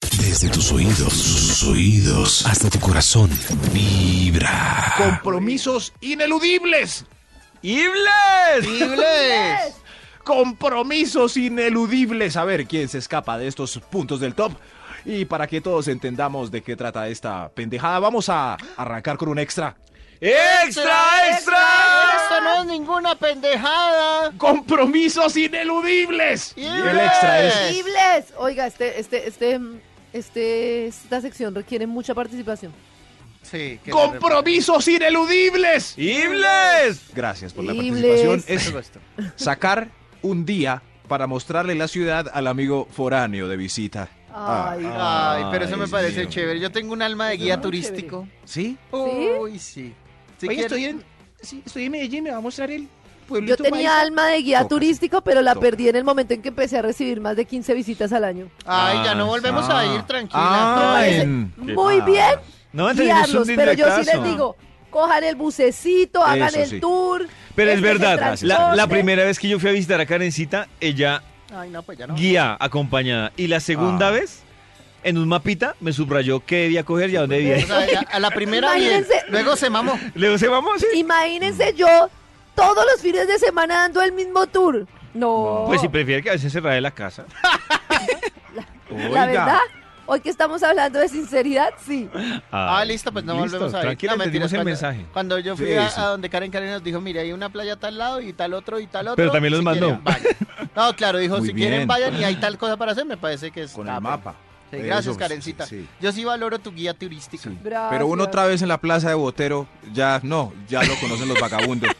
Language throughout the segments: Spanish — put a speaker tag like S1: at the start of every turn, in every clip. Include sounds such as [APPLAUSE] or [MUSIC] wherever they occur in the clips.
S1: Desde tus oídos, sus oídos, hasta tu corazón. Vibra.
S2: Compromisos ineludibles.
S3: ¡Ibles!
S2: ¡Ineludibles! Compromisos ineludibles. A ver quién se escapa de estos puntos del top. Y para que todos entendamos de qué trata esta pendejada, vamos a arrancar con un extra.
S3: ¡Extra,
S4: Esto
S3: extra!
S4: no es ninguna pendejada.
S2: ¡Compromisos ineludibles! Y el extra es.
S5: Increíbles. Oiga, este, este, este, este, esta sección requiere mucha participación.
S4: Sí. que
S2: ¡Compromisos ineludibles!
S3: ¡Ibles!
S2: Gracias por la
S5: Ineludibles.
S2: participación. Este Es
S4: Todo esto.
S2: sacar un día para mostrarle la ciudad al amigo foráneo de visita. Ah.
S5: Ay,
S4: Ay, pero eso me
S2: Ay,
S4: parece
S2: mío.
S4: chévere. Yo tengo un alma de
S5: Eso
S4: guía
S5: es
S4: turístico.
S2: ¿Sí?
S4: Uy, sí. Si
S2: Oye,
S4: quiere-
S2: estoy en, sí, estoy en Medellín, me va a mostrar el pueblo.
S5: Yo tenía alma de guía
S2: Tócase.
S5: turístico, pero la
S2: Tócase.
S5: perdí en el momento en que empecé a recibir más de 15 visitas al año.
S4: Ay, ya no volvemos
S2: Ah,
S4: a ir, tranquila.
S2: Ah,
S5: Ay,
S2: en-
S5: Muy bien,
S3: No
S5: guiarlos, pero yo sí les
S3: indirectazo.
S5: digo, cojan el bucecito, hagan
S2: Eso
S5: el
S2: sí.
S5: tour.
S3: Pero es
S5: este el
S3: verdad, la, la
S5: transporte.
S3: primera vez que yo fui a visitar a Karencita, ella
S4: Ay, no, pues ya no.
S3: guía acompañada. Y la segunda
S2: Ah.
S3: vez, en un mapita, me subrayó qué debía coger y a dónde debía
S4: O
S3: ir.
S4: sea, ya- a la primera bien.
S5: Imagínense.
S4: Luego se mamó.
S3: Le digo, ¿se vamos? Sí.
S5: Imagínense
S2: Mm.
S5: yo todos los fines de semana dando el mismo tour. No.
S3: Pues si prefiere que a veces se raye la casa.
S5: La
S2: Oiga.
S5: verdad, hoy que estamos hablando de sinceridad, sí.
S4: Ah, listo, pues no volvemos a ir.
S3: Tranquila,
S4: no,
S3: entendimos el
S4: cuando,
S3: mensaje.
S4: Cuando yo fui
S2: Sí,
S4: a,
S2: sí.
S4: a donde Karen Karen nos dijo, mira, hay una playa a tal lado y tal otro y tal otro.
S3: Pero también los mandó.
S4: quieren, vayan". no, claro, dijo,
S2: Muy
S4: si quieren
S2: bien.
S4: vayan y hay tal cosa para hacer, me parece que es...
S2: con
S4: ah,
S2: el mapa.
S4: sí, gracias,
S2: Eso,
S4: Karencita.
S2: sí,
S4: Yo sí valoro tu guía turística.
S2: sí.
S5: Gracias.
S2: Pero uno otra vez en la plaza de Botero, ya no, ya lo conocen los vagabundos.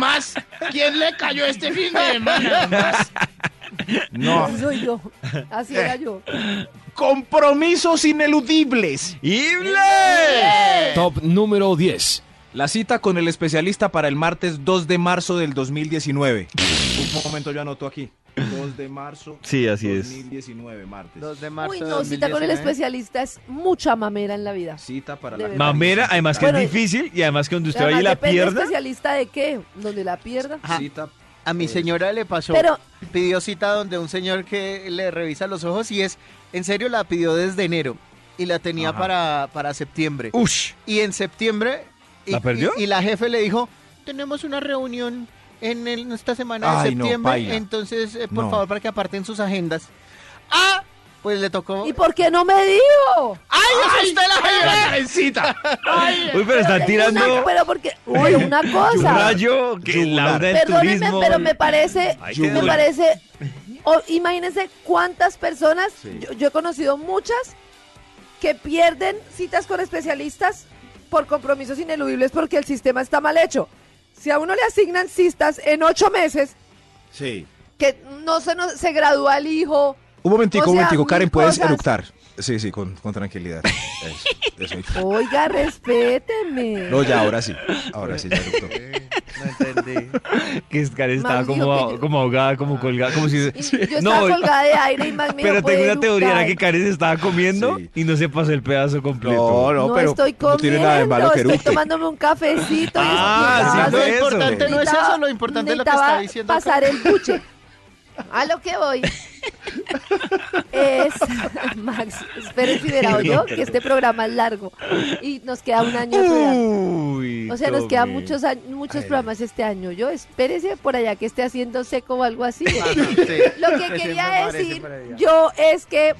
S4: más? ¿Quién le cayó este fin de [LAUGHS]
S5: [LAUGHS]
S2: No.
S5: Así soy yo. Así era yo.
S2: Compromisos ineludibles.
S3: ¡Ibles!
S1: Top número 10.
S2: La cita con el especialista para el martes 2 de marzo del 2019. Un momento, yo anoto aquí. 2 de marzo.
S3: Sí, así es.
S2: 2019, martes.
S4: 2 de marzo.
S5: Uy,
S4: de
S5: no, cita con el
S4: 2019.
S5: especialista es mucha mamera en la vida.
S2: Cita para
S5: De
S2: la
S5: verdad.
S3: Mamera, además que
S5: Bueno,
S3: es difícil y además que donde usted vaya y
S5: Además,
S3: la
S5: depende
S3: pierda.
S5: especialista de qué? ¿Donde la pierda?
S4: Ajá.
S2: Cita.
S4: A mi
S2: Eso.
S4: señora le pasó.
S5: Pero-
S4: Pidió cita donde un señor que le revisa los ojos y es, en serio, la pidió desde enero y la tenía
S2: Ajá.
S4: para, para septiembre.
S3: Ush.
S4: Y en septiembre... y-
S3: ¿La perdió?
S4: Y, y la jefe le dijo, tenemos una reunión en el- esta semana de
S2: Ay, no,
S4: septiembre,
S2: paila.
S4: entonces, eh, por
S2: No.
S4: favor, para que aparten sus agendas. ¡Ah! Pues le tocó...
S5: ¿Y por qué no me dijo?
S3: Ah,
S4: ¡Ay, es usted la señora!
S5: [LAUGHS]
S3: Uy, pero están
S5: Una-
S3: tirando
S5: pero porque, uy, una
S3: [LAUGHS] un
S5: cosa.
S3: rayo que
S2: Yugular.
S3: la hora del
S5: Perdónenme,
S3: turismo.
S5: pero me parece,
S3: Ay, qué
S5: me
S3: duro.
S5: parece, o- imagínense cuántas personas,
S2: Sí.
S5: yo, yo he conocido muchas que pierden citas con especialistas por compromisos ineludibles porque el sistema está mal hecho. Si a uno le asignan citas en ocho meses,
S2: Sí.
S5: que no se, nos- se gradúa el hijo,
S2: Un momentico,
S5: O sea,
S2: un momentico. Karen,
S5: mil
S2: puedes
S5: cosas.
S2: eructar. Sí, sí, con, con tranquilidad. Eso, eso.
S5: oiga, respéteme.
S2: No, ya, ahora sí. Ahora sí, ya eructó.
S4: No entendí.
S3: [LAUGHS] Que es- Karen estaba
S5: Max dijo
S3: como,
S5: que yo-
S3: como ahogada, como
S2: Ah.
S3: colgada, como si...
S5: Y Yo estaba colgada de aire y más me dijo,
S3: pero tengo
S5: "Puede
S3: una teoría era
S5: eructar".
S3: que Karen se estaba comiendo
S2: Sí.
S3: y no se pasó el pedazo
S2: No,
S3: completo.
S2: no,
S5: no
S2: pero
S5: estoy
S2: no
S5: comiendo,
S2: tiene nada de malo que
S5: estoy
S2: eructe.
S5: tomándome un cafecito. y estoy-
S3: Ah, sí,
S4: lo
S3: eso,
S4: importante no es
S5: necesitaba-
S4: eso, lo importante es lo que
S5: necesitaba
S4: está diciendo.
S5: pasar el buche. A lo que voy es, Max, espero si hubiera oído que este programa es largo y nos queda un año de programa.
S3: Uy,
S5: O sea, nos quedan
S3: Tommy.
S5: muchos años- muchos
S2: Ay.
S5: programas este año. Yo espérese por allá que esté haciendo seco o
S2: [LAUGHS]
S5: algo así.
S4: Ah,
S5: Lo que quería decir yo es que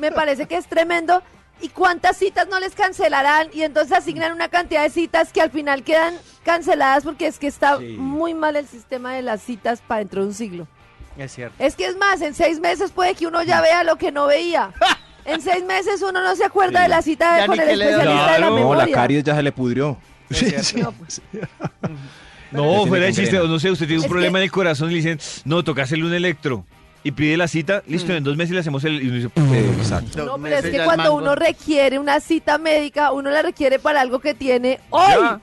S5: me parece que es tremendo. ¿Y cuántas citas no les cancelarán? Y entonces asignan una cantidad de citas que al final quedan canceladas porque es que está
S2: Sí.
S5: muy mal el sistema de las citas para dentro de un siglo.
S4: Es cierto.
S5: Es que es más, en seis meses puede que uno ya vea lo que
S2: [LAUGHS]
S5: no veía. En seis meses uno no se acuerda
S2: Sí.
S5: de la cita
S4: Ya
S5: con
S4: ni
S5: el
S4: que le duele.
S5: especialista de la
S3: Claro.
S2: No,
S5: memoria.
S2: la caries ya se le pudrió.
S4: Es
S2: [LAUGHS]
S4: cierto.
S5: No, pues,
S2: Ya
S3: No,
S2: tiene
S3: fuera de chiste,
S2: gangrena.
S3: o no sé, usted tiene un
S5: Es
S3: problema
S5: que-
S3: en el corazón y le dicen, no, toca hacerle un electro. Y pide la cita, listo,
S5: Mm.
S3: en dos meses le hacemos el... Y uno dice,
S2: Eh, Exacto.
S5: no, pero es que cuando uno requiere una cita médica, uno la requiere para algo que tiene hoy.
S3: Ya.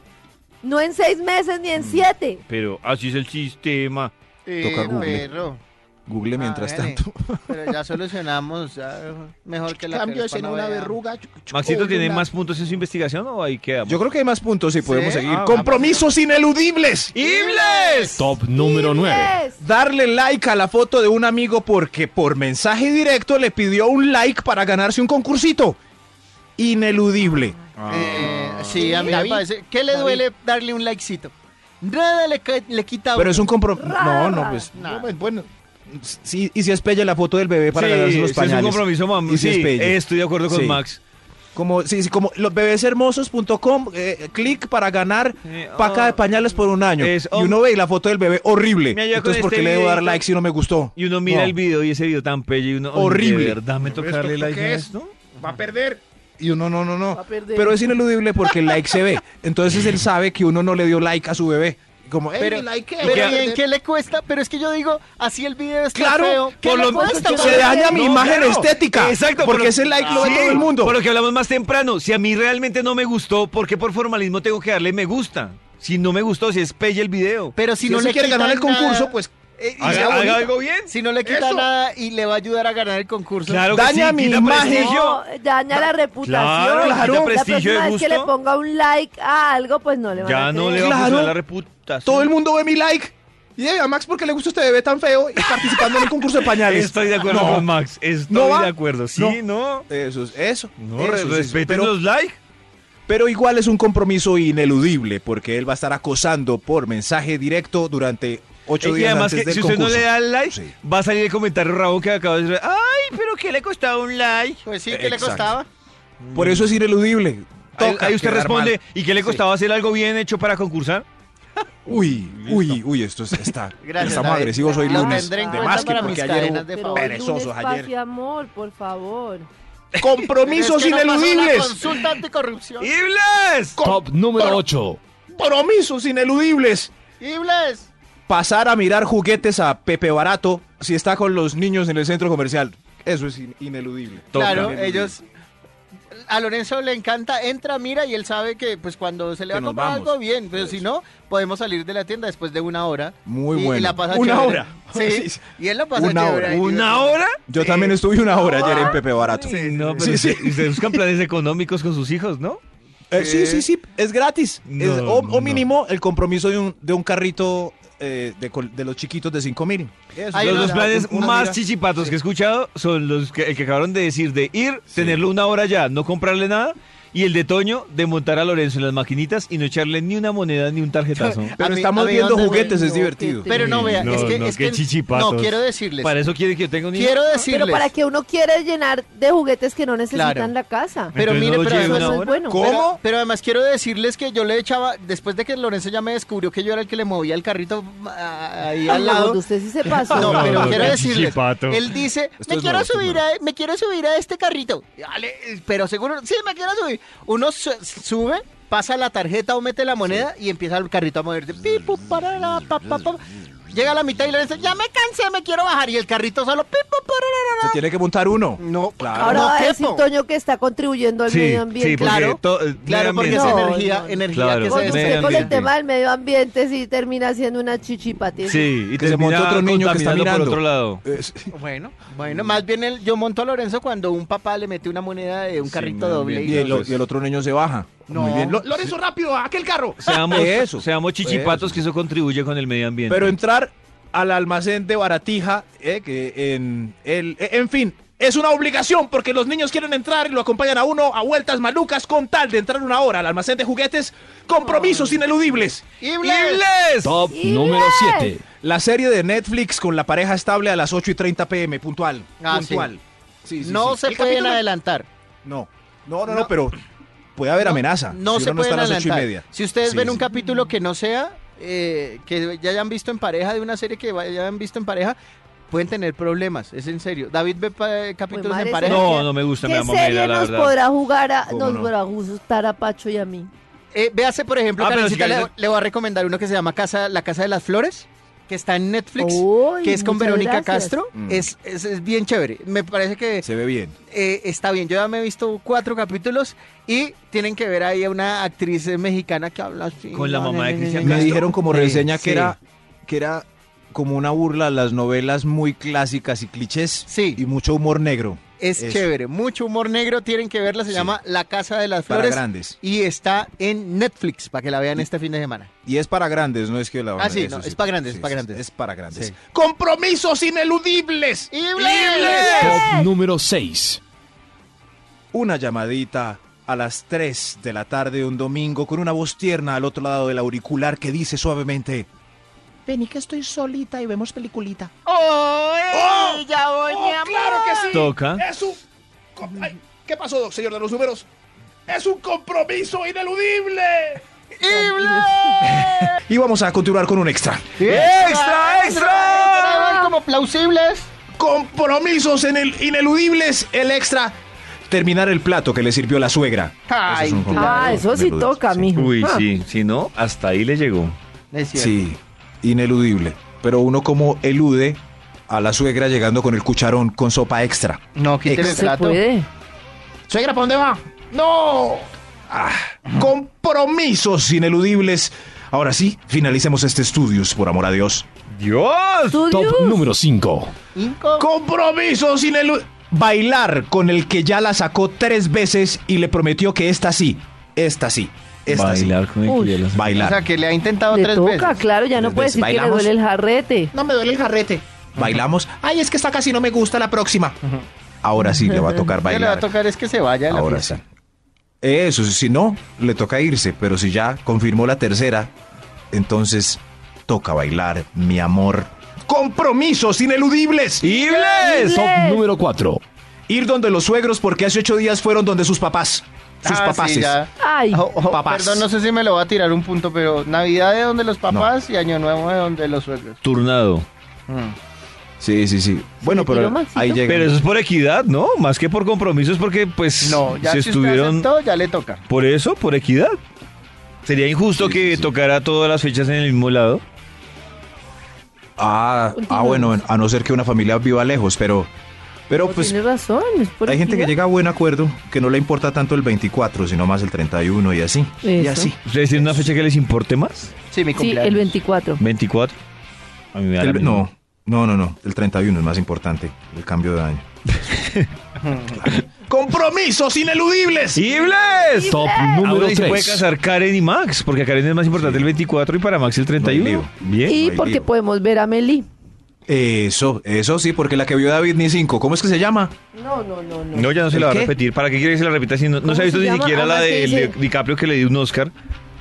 S5: No en seis meses ni en siete.
S3: pero así es el sistema.
S4: Eh,
S2: Toca Google.
S4: perro.
S2: Google mientras
S4: Ah, nene,
S2: tanto.
S4: Pero ya solucionamos, ya mejor que la
S6: Cambios
S4: perespa
S6: en
S4: no
S6: una
S4: vea.
S6: verruga. chuc, chuc,
S3: Maxito
S6: o
S3: tiene
S6: una-
S3: más puntos en su investigación o ahí queda.
S2: Yo creo que hay más puntos y podemos
S4: ¿Sí?
S2: seguir.
S3: Ah,
S2: Compromisos ineludibles.
S3: ¡Ibles!
S1: Top número 9.
S5: Yes.
S2: Darle like a la foto de un amigo porque por mensaje directo le pidió un like para ganarse un concursito. Ineludible.
S4: Eh, sí, a mí
S6: David,
S4: me parece. ¿Qué le
S6: David.
S4: duele darle un likecito? Nada le, ca- le quita.
S2: Pero es un compromiso.
S5: Rara.
S2: No, no, pues.
S4: Nah.
S6: No, pues, bueno,
S2: Sí, y si es pelle la foto del bebé para
S3: Sí,
S2: ganarse los
S3: ese es
S2: pañales.
S3: un compromiso, mam.
S2: Y si es
S3: Sí,
S2: pelle.
S3: estoy de acuerdo con
S2: Sí.
S3: Max.
S2: Como, sí, sí, como losbebeshermosos.com, eh, clic para ganar
S3: Eh, oh.
S2: paca de pañales por un año.
S3: Es-
S2: y uno ve la foto del bebé horrible.
S3: Me ayuda
S2: Entonces,
S3: con
S2: ¿por qué
S3: este
S2: le debo dar
S3: videíto.
S2: like si no me gustó?
S3: Y uno mira
S2: No.
S3: el video y ese video tan bello y uno. "Ay,
S2: Horrible.
S3: De verdad me tocarle
S6: ¿esto
S3: la
S6: qué
S3: idea.
S6: es?
S3: ¿no?
S6: va a perder.
S2: Y uno, no, no,
S6: Va
S2: no.
S6: a perder.
S2: Pero es ineludible porque el like se ve. Entonces él sabe que uno no le dio like a su bebé. Como, "Ey,
S4: Pero-
S2: mi like, ¿qué?".
S4: Pero
S3: ¿Qué-
S4: bien, ¿qué le cuesta? Pero es que yo digo, así el video está
S2: claro,
S4: feo. ¿Qué
S2: por
S4: le
S2: lo-
S4: cuesta?
S2: se daña mi
S3: No,
S2: imagen
S3: claro.
S2: estética.
S3: Exacto, por
S2: porque
S3: lo-
S2: ese like lo ve
S3: Sí,
S2: todo el mundo.
S3: Por lo que hablamos más temprano, si a mí realmente no me gustó, ¿por qué por formalismo tengo que darle me gusta? Si no me gustó, si es pelle el video.
S4: Pero si,
S2: si
S4: no
S2: no se
S4: le
S2: quiere
S4: quita
S2: ganar el
S4: nada,
S2: concurso, pues
S4: eh, y
S3: Haga-
S4: sea
S3: haga
S4: bonito.
S3: algo bien.
S4: Si no le quita
S6: Eso.
S4: nada y le va a ayudar a ganar el concurso.
S3: Claro que
S2: Daña
S3: sí,
S2: mi
S3: quita
S2: imagen.
S3: prestigio.
S5: No, daña la reputación.
S3: Claro, le quita
S5: La
S3: prestigio de
S5: próxima vez que le
S3: gusto.
S5: ponga un like a algo, pues no le van a
S3: Ya no le va a
S2: Claro.
S3: funcionar la reputación.
S2: todo el mundo ve mi like. Y "Ey, a Max porque le gusta este bebé tan feo y participando en el concurso de pañales.
S3: Estoy de acuerdo
S2: No.
S3: con Max. Estoy
S2: ¿No va?
S3: de acuerdo. Sí, no.
S2: Eso es, eso.
S3: No,
S2: eso
S3: re-
S2: es, eso.
S3: respeten
S2: Pero-
S3: los likes.
S2: Pero igual es un compromiso ineludible porque él va a estar acosando por mensaje directo durante ocho
S3: Y
S2: días
S3: además,
S2: antes del
S3: que si usted no
S2: concurso.
S3: le da el like,
S2: Sí.
S3: va a salir el comentario rabo que acaba de decir. ¡Ay, pero que le costaba un like!
S4: Pues sí, ¿qué le
S2: Exacto.
S4: costaba?
S2: Por eso es ineludible.
S3: Ahí-
S2: Toca
S3: Ahí usted
S2: quedar
S3: responde,
S2: mal.
S3: ¿y qué le costaba hacer algo bien hecho para concursar?
S2: Uy, uy, uy, esto es- está.
S4: Gracias,
S2: estamos
S4: David.
S2: agresivos hoy
S5: Lo
S2: lunes.
S4: tendré en
S2: De
S5: cuenta
S2: más que
S5: para
S2: porque
S4: mis
S2: ayer
S4: cadenas
S2: hubo-
S4: de
S5: Pero
S4: favor.
S2: perezosos
S5: un
S2: ayer.
S5: espacio, amor, por favor.
S4: Pero es
S2: Compromisos
S4: que no pasó la
S2: ineludibles.
S4: Consulta anticorrupción.
S3: ¡Ibles!
S1: Top número 8.
S2: Compromisos ineludibles.
S4: Ibles.
S2: Pasar a mirar juguetes a Pepe Barato si está con los niños en el centro comercial. Eso es in- ineludible.
S4: Claro,
S2: Toca.
S4: ellos. A Lorenzo le encanta, entra, mira y él sabe que pues cuando se le
S2: Que
S4: va a
S2: nos
S4: comprar
S2: vamos.
S4: algo bien, pero si no, podemos salir de la tienda después de una hora.
S2: Muy
S4: y- y
S2: bueno.
S4: la pasa
S2: Una
S4: chévere.
S2: hora.
S4: [LAUGHS] Sí,
S2: Sí.
S4: y él la pasa
S2: Una
S4: chévere
S2: hora.
S4: ahí.
S3: ¿Una hora?
S2: Yo también
S4: Eh,
S2: estuve una hora ayer
S4: ah,
S2: en Pepe Barato.
S3: Sí, no,
S2: Sí, sí.
S3: pero sí, ustedes buscan planes económicos con sus hijos, ¿no?
S2: Eh, sí, sí, sí, es gratis.
S3: No,
S2: Es- o, o
S3: no.
S2: mínimo el compromiso de un, de un carrito eh, de, col- de los chiquitos de 5 mil. Eso,
S4: Hay
S3: los
S4: una-
S3: dos planes
S2: una
S3: más
S2: mira.
S3: chichipatos que he escuchado son los que, el que acabaron de decir de ir, tenerlo una hora ya, no comprarle nada, y el de Toño de montar a Lorenzo en las maquinitas y no echarle ni una moneda ni
S2: [LAUGHS]
S3: un tarjetazo.
S2: Pero
S4: A mí-
S2: estamos
S4: a mí
S2: viendo
S4: dónde me-
S2: juguetes, es
S5: no,
S2: divertido.
S5: qué
S4: Pero no,
S3: Uy,
S4: vea,
S3: no,
S4: es que,
S3: no,
S4: es que
S3: qué chichipatos.
S4: no quiero decirles,
S3: Para eso quiere que yo tenga un hijo.
S4: quiero decirles,
S5: Pero para que uno quiere llenar de juguetes que no necesitan
S4: Claro.
S5: la casa.
S4: pero
S3: Entonces
S4: mire,
S3: no lo
S4: pero
S3: lleve
S5: Eso
S4: además-
S3: una
S5: no es
S3: hora.
S5: bueno.
S2: ¿Cómo?
S4: Pero, pero además quiero decirles que yo le echaba, después de que Lorenzo ya me descubrió que yo era el que le movía el carrito ah, ahí
S5: [LAUGHS]
S4: al
S5: Ah,
S4: lado.
S5: gordo, Usted sí se pasó.
S4: No,
S3: No,
S4: pero
S3: no,
S4: quiero
S3: qué
S4: decirles,
S3: chichipato.
S4: él dice,
S2: Esto
S4: me
S2: es
S4: quiero
S2: nuevo, esto es
S4: subir a, me quiero subir a este carrito. Dale, pero seguro, sí, me quiero subir. Uno su- sube, pasa la tarjeta o mete la moneda y empieza el carrito a moverse. Pi, pu, para, la, pa, pa, pa. Llega a la mitad y le dice, ya me cansé, me quiero bajar. Y el carrito solo, pi, pu, para, la, la.
S2: Se tiene que montar uno.
S4: No,
S2: Claro.
S5: Ahora
S4: no
S5: va a decir
S4: quepo.
S5: Toño que está contribuyendo al
S3: Sí,
S5: medio
S3: sí,
S5: ambiente.
S3: porque
S4: Claro,
S3: to- eh,
S4: Claro, porque es
S5: No,
S3: meramente-
S4: energía,
S5: no, no.
S4: energía
S3: Claro,
S4: que se
S5: Porque
S3: medio
S5: usted
S4: desperdicia.
S5: con el
S3: ambiente.
S5: tema del medio ambiente sí termina siendo una chichipate.
S3: Sí, y
S2: Que se
S3: termina
S2: monte otro niño que está
S3: contaminando
S2: mirando.
S3: por otro lado.
S2: Es-
S4: Bueno, bueno, más bien el- yo monto a Lorenzo cuando un papá le mete una moneda de un carrito
S3: medio
S4: doble.
S2: y,
S4: y
S2: el,
S4: lo-
S2: o- y el otro niño se baja.
S4: No.
S2: Muy bien. Lo-
S6: Lorenzo, rápido, aquel carro.
S3: Seamos,
S2: Eso,
S3: seamos chichipatos
S2: eso.
S3: que eso contribuye con el medio ambiente.
S2: Pero entrar al almacén de baratija, eh, que en el, eh, en fin, es una obligación porque los niños quieren entrar y lo acompañan a uno a vueltas malucas con tal de entrar una hora al almacén de juguetes, compromisos ineludibles.
S3: ¡Ibles!
S1: Top
S5: Y
S1: número
S5: les.
S1: 7.
S2: La serie de Netflix con la pareja estable a las 8 y 30 pm, puntual.
S4: Ah, sí.
S2: puntual. Sí, sí,
S4: no
S2: sí.
S4: se
S2: El
S4: pueden
S2: capítulo-
S4: adelantar.
S2: No. no, no, no,
S4: No.
S2: pero puede haber
S4: No,
S2: amenaza.
S4: No
S2: si
S4: se
S2: uno
S4: pueden
S2: está a las 8 y
S4: adelantar.
S2: media.
S4: Si ustedes
S2: Sí,
S4: ven un
S2: sí.
S4: capítulo que no sea, eh, que ya hayan visto en pareja, de una serie que ya hayan visto en pareja, pueden tener problemas, es en serio. David ve pa- eh, capítulos
S5: madre,
S4: en pareja.
S5: esa-
S3: No, no me gusta, me da
S5: ¿Qué
S3: mamera,
S5: serie
S3: la
S5: nos
S3: verdad.
S5: podrá jugar a,
S2: ¿Cómo
S5: nos
S2: no?
S5: podrá gustar a Pacho y a mí?
S4: Eh, véase, por ejemplo,
S3: Ah, pero
S4: Karencita,
S3: si
S4: le,
S3: Karencita-
S4: le voy a recomendar uno que se llama Casa, La Casa de las Flores, que está en Netflix,
S5: Uy,
S4: que es con
S5: muchas
S4: Verónica
S5: gracias.
S4: Castro.
S2: Mm.
S4: Es, es- es bien chévere. Me parece que
S2: Se ve bien.
S4: eh, está bien. Yo ya me he visto cuatro capítulos y tienen que ver ahí a una actriz eh, mexicana que habla así.
S3: Con la mamá de Cristian
S2: Me
S3: Castro.
S2: dijeron como
S4: Sí,
S2: reseña
S4: sí.
S2: que era que era como una burla a las novelas muy clásicas y clichés.
S4: Sí.
S2: Y mucho humor negro.
S4: Es
S2: Eso.
S4: chévere, mucho humor negro, tienen que verla, se llama La Casa de las
S2: Para
S4: Flores.
S2: grandes.
S4: Y está en Netflix, para que la vean este fin de semana.
S2: Y es para grandes, no es que la
S4: Ah, sí, no, es para grandes, es para grandes.
S2: Es para grandes.
S4: Sí.
S6: Compromisos ineludibles.
S1: Top número 6.
S2: Una llamadita a las 3 de la tarde un domingo con una voz tierna al otro lado del auricular que dice suavemente
S7: Vení que estoy solita y vemos peliculita.
S4: ¡Oh! ey, ¡Ya voy, mi
S6: ¡Oh,
S4: amor!
S6: claro que sí!
S3: Toca.
S6: Es un... com- ay, ¿Qué pasó, doc, señor de los números? ¡Es un compromiso ineludible!
S2: [LAUGHS] y vamos a continuar con un extra.
S4: ¡Extra, extra! Como plausibles.
S2: Compromisos en el ineludibles, el extra. Terminar el plato que le sirvió la suegra.
S4: Ay,
S2: Eso es un
S4: claro.
S5: Ah, eso sí
S2: Menudo,
S5: toca,
S2: sí.
S5: mijo.
S3: Uy,
S5: Ah.
S3: sí, si no, hasta ahí le llegó.
S4: Es cierto.
S2: Sí, ineludible. Pero uno como elude a la suegra llegando con el cucharón con sopa extra.
S4: No, quítele el
S5: Se
S4: plato.
S5: puede.
S7: Suegra, ¿para dónde va?
S6: ¡No!
S2: Ah, Compromisos ineludibles. Ahora sí, finalicemos este estudios, por amor a Dios.
S3: ¡Dios!
S5: Estudios.
S1: Top número 5.
S4: Inco-
S2: Compromisos ineludibles. Bailar con el que ya la sacó tres veces y le prometió que esta sí, esta sí, esta
S3: Bailar con el
S5: Uy.
S3: que ya
S2: sí.
S3: las-
S4: O
S2: Bailar.
S4: sea, que le ha intentado
S5: Le
S4: tres
S5: toca,
S4: veces.
S5: claro, ya no
S2: Tres
S5: puede
S2: veces.
S5: decir que le
S2: ¿Bailamos?
S5: duele el jarrete.
S7: No me duele el jarrete.
S2: Bailamos.
S7: Ay, es que esta casi no me gusta la próxima.
S2: Ahora sí le va a tocar
S4: [LAUGHS] Ya le va a
S2: bailar.
S4: tocar es que se vaya. a la
S2: Ahora sí.
S4: fiesta.
S2: Eso, si no, le toca irse, pero si ya confirmó la tercera, entonces toca bailar, mi amor. Compromisos ineludibles.
S3: ¡Ibles!
S1: Top número 4.
S2: Ir donde los suegros porque hace ocho días fueron donde sus papás. Sus
S4: Ah, sí,
S2: papaces.
S4: ya.
S5: Ay,
S2: Ah,
S4: Oh, oh,
S2: Papás.
S4: Perdón, no sé si me lo va a tirar un punto, pero Navidad de donde los papás y Año Nuevo de donde los suegros.
S3: Turnado.
S2: Mm. sí, sí, sí. Bueno,
S5: le tiró
S2: pero
S5: Maxito?
S2: ahí llega.
S3: Pero eso es por equidad, ¿no? Más que por compromisos, porque pues
S4: No, ya
S3: se
S4: si
S3: estuvieron...
S4: usted aceptó, ya le toca.
S3: Por eso, por equidad. Sería injusto
S2: Sí,
S3: que
S2: sí, sí.
S3: tocara todas las fechas en el mismo lado.
S2: Ah, ah,
S5: Últimamente.
S2: bueno, a no ser que una familia viva lejos, pero. Pero
S5: no,
S2: pues.
S5: tiene razón. es por
S2: Hay gente que
S5: equidad.
S2: llega a buen acuerdo, que no le importa tanto el 24, sino más el 31 y así. Y
S5: Eso.
S2: así.
S3: ¿Ustedes tienen una fecha que les importe más?
S4: Sí, mi
S5: Sí,
S4: cumpleaños.
S5: el 24.
S3: 24. A mí me da
S2: El-
S3: la misma.
S2: no, no, no, no. El 31 es más importante, el cambio de año.
S6: [LAUGHS] ¡Compromisos ineludibles!
S3: ¡Ibles!
S1: Top
S3: Ahora
S1: número
S3: se puede
S1: 3.
S3: casar Karen y Max, porque a Karen es más importante el 24 y para Max el 31.
S2: No
S3: Bien.
S5: Y
S2: no hay
S5: porque
S2: lío.
S5: podemos ver a Meli.
S2: Eso, eso sí, porque la que vio David ni 5. ¿Cómo es que se llama?
S5: No, no, no, no.
S3: No, ya no se la va a
S2: ¿El qué?
S3: repetir. ¿Para qué quiere que se la repita si no, no
S5: ¿Cómo
S3: se ha visto
S5: se
S3: ni
S5: llama?
S3: siquiera
S5: Además
S3: la
S5: que
S3: de
S5: dice-
S3: Leo- DiCaprio que le dio un Oscar?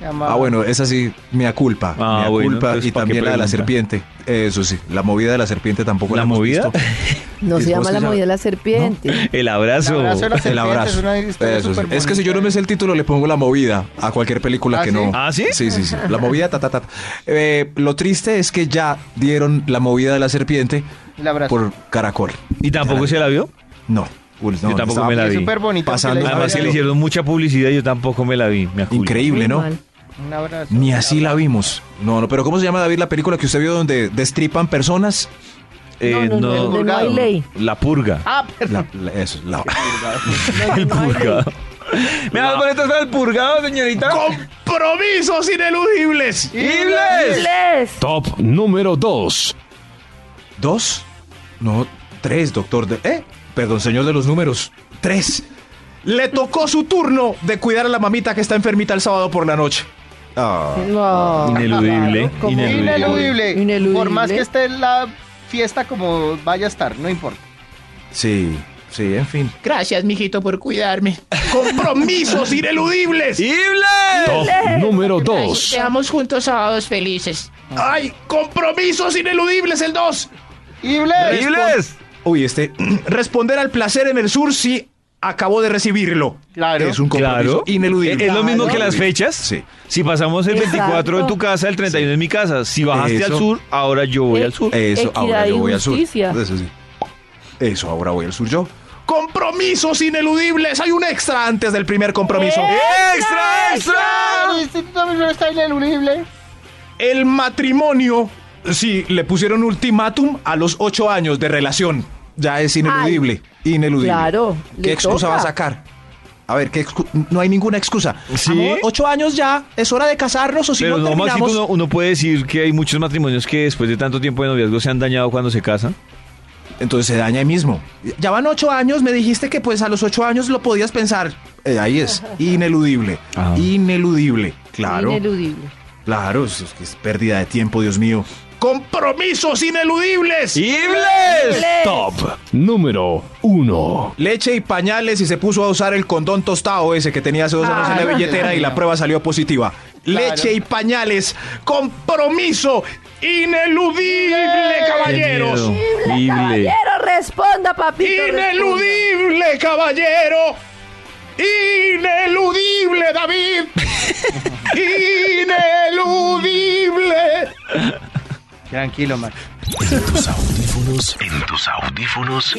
S4: Llamaba-
S2: Ah, bueno, esa sí, mea culpa.
S3: Ah,
S2: mea
S3: bueno,
S2: culpa
S3: entonces,
S2: y
S3: ¿para qué
S2: también la de la
S3: pregunta?
S2: serpiente. Eso sí, la movida de la serpiente tampoco
S3: ¿La
S2: la hemos
S3: movida?
S2: visto.
S5: [LAUGHS] No
S2: ¿Y
S5: se
S2: cómo
S5: llama
S2: se
S5: la
S2: llama?
S5: movida de la serpiente.
S3: El abrazo.
S4: El abrazo de la
S2: El
S4: serpiente
S2: abrazo.
S4: Es, una historia
S2: Eso sí.
S4: súper
S2: Es que si yo no me
S4: bonita.
S2: sé el título, le pongo la movida a cualquier película
S4: ¿Ah,
S2: que
S4: sí?
S2: no.
S3: ¿Ah, sí?
S2: Sí, sí, sí. La movida, ta, ta, ta. Eh, lo triste es que ya dieron la movida de la serpiente
S4: El abrazo.
S2: por Caracol.
S3: ¿Y tampoco se la vio?
S2: No. Ull, no,
S3: Yo tampoco
S2: estaba
S3: me la
S4: Es
S3: vi.
S4: súper bonito.
S2: Pasando-
S4: porque la
S3: Además que
S4: historia-
S3: le hicieron mucha publicidad y yo tampoco me la vi. Me aculpo.
S2: Increíble,
S5: Muy
S2: ¿no?
S5: mal.
S4: Un abrazo.
S2: Ni así la vimos. No, no, pero ¿cómo se llama, David, la película que usted vio donde destripan personas?
S3: Eh,
S5: No, no, no,
S4: donde no hay
S5: ley.
S3: La purga.
S4: Ah, perdón.
S2: [LAUGHS] La- la- eso, la-
S3: El purgado. [LAUGHS] Me das boletas para el purgado, señorita.
S6: ¡Compromisos ineludibles!
S3: ¡Ibles!
S5: Les.
S1: Top número 2.
S2: ¿Dos? No, tres, doctor. De, ¿Eh? Perdón, señor de los números. Tres. Le tocó su turno de cuidar a la mamita que está enfermita el sábado por la noche. Ah.
S5: No.
S3: Ineludible,
S5: Claro, ¿cómo?
S3: ineludible.
S4: Ineludible.
S5: Ineludible.
S4: Por más que esté la fiesta como vaya a estar, no importa.
S2: Sí, sí, en
S3: [LAUGHS]
S2: fin.
S7: Gracias, mijito, por cuidarme.
S6: ¡Compromisos ineludibles!
S3: ¡Ibles!
S1: Top número 2.
S7: Seamos juntos sábados felices.
S6: ¡Ay! ¡Compromisos ineludibles el 2!
S4: ¡Ibles!
S3: ¡Ibles!
S2: Uy, este. [CLEARS THROAT] Responder al placer en el sur sí acabó de recibirlo.
S4: Claro.
S2: Es un compromiso
S3: Claro.
S2: ineludible.
S3: Es lo mismo que las
S2: Ineludible.
S3: fechas.
S2: Sí.
S3: Si pasamos el 24 en tu
S5: Exacto.
S3: casa, el 31 en mi casa. Si bajaste
S2: Eso.
S3: al sur, ahora yo voy
S5: Eh,
S3: al sur.
S2: Eso, ahora
S5: Equidad
S2: yo
S5: y
S2: voy al sur.
S5: justicia.
S2: Eso sí. Eso, ahora voy al sur yo.
S6: ¡Compromisos ineludibles! Hay un extra antes del primer compromiso.
S3: ¡Extra, extra!
S4: El Instituto Milford está ineludible.
S2: El matrimonio, sí, le pusieron ultimátum a los ocho años de relación. Ya es ineludible. ineludible.
S5: Claro,
S2: ¿Qué
S5: le
S2: excusa
S5: toca.
S2: va a sacar? A ver, ¿qué excu- no hay ninguna excusa.
S3: ¿Sí?
S2: Amor, ocho años ya, es hora de casarnos o si
S3: Pero
S2: no,
S3: no, Maxito,
S2: terminamos.
S3: uno, uno puede decir que hay muchos matrimonios que después de tanto tiempo de noviazgo se han dañado cuando se casan.
S2: Entonces se daña ahí mismo. Ya van ocho años, me dijiste que pues a los ocho años lo podías pensar. Eh, ahí es, ineludible,
S3: Ah.
S2: ineludible. Claro,
S5: Ineludible.
S2: claro, eso es, que es pérdida de tiempo, Dios mío.
S6: ¡Compromisos ineludibles!
S3: ¡Ibles!
S1: Top número 1.
S2: Leche y pañales y se puso a usar el condón tostado ese que tenía hace dos años en la billetera y la prueba salió positiva. Leche y pañales, compromiso
S6: ¡Ineludible, caballeros!
S3: Ible.
S5: Caballero, responda, papito.
S6: ¡Ineludible, caballero! ¡Ineludible, David! ¡Ineludible!
S4: Tranquilo, Max.
S1: En tus audífonos. En tus audífonos.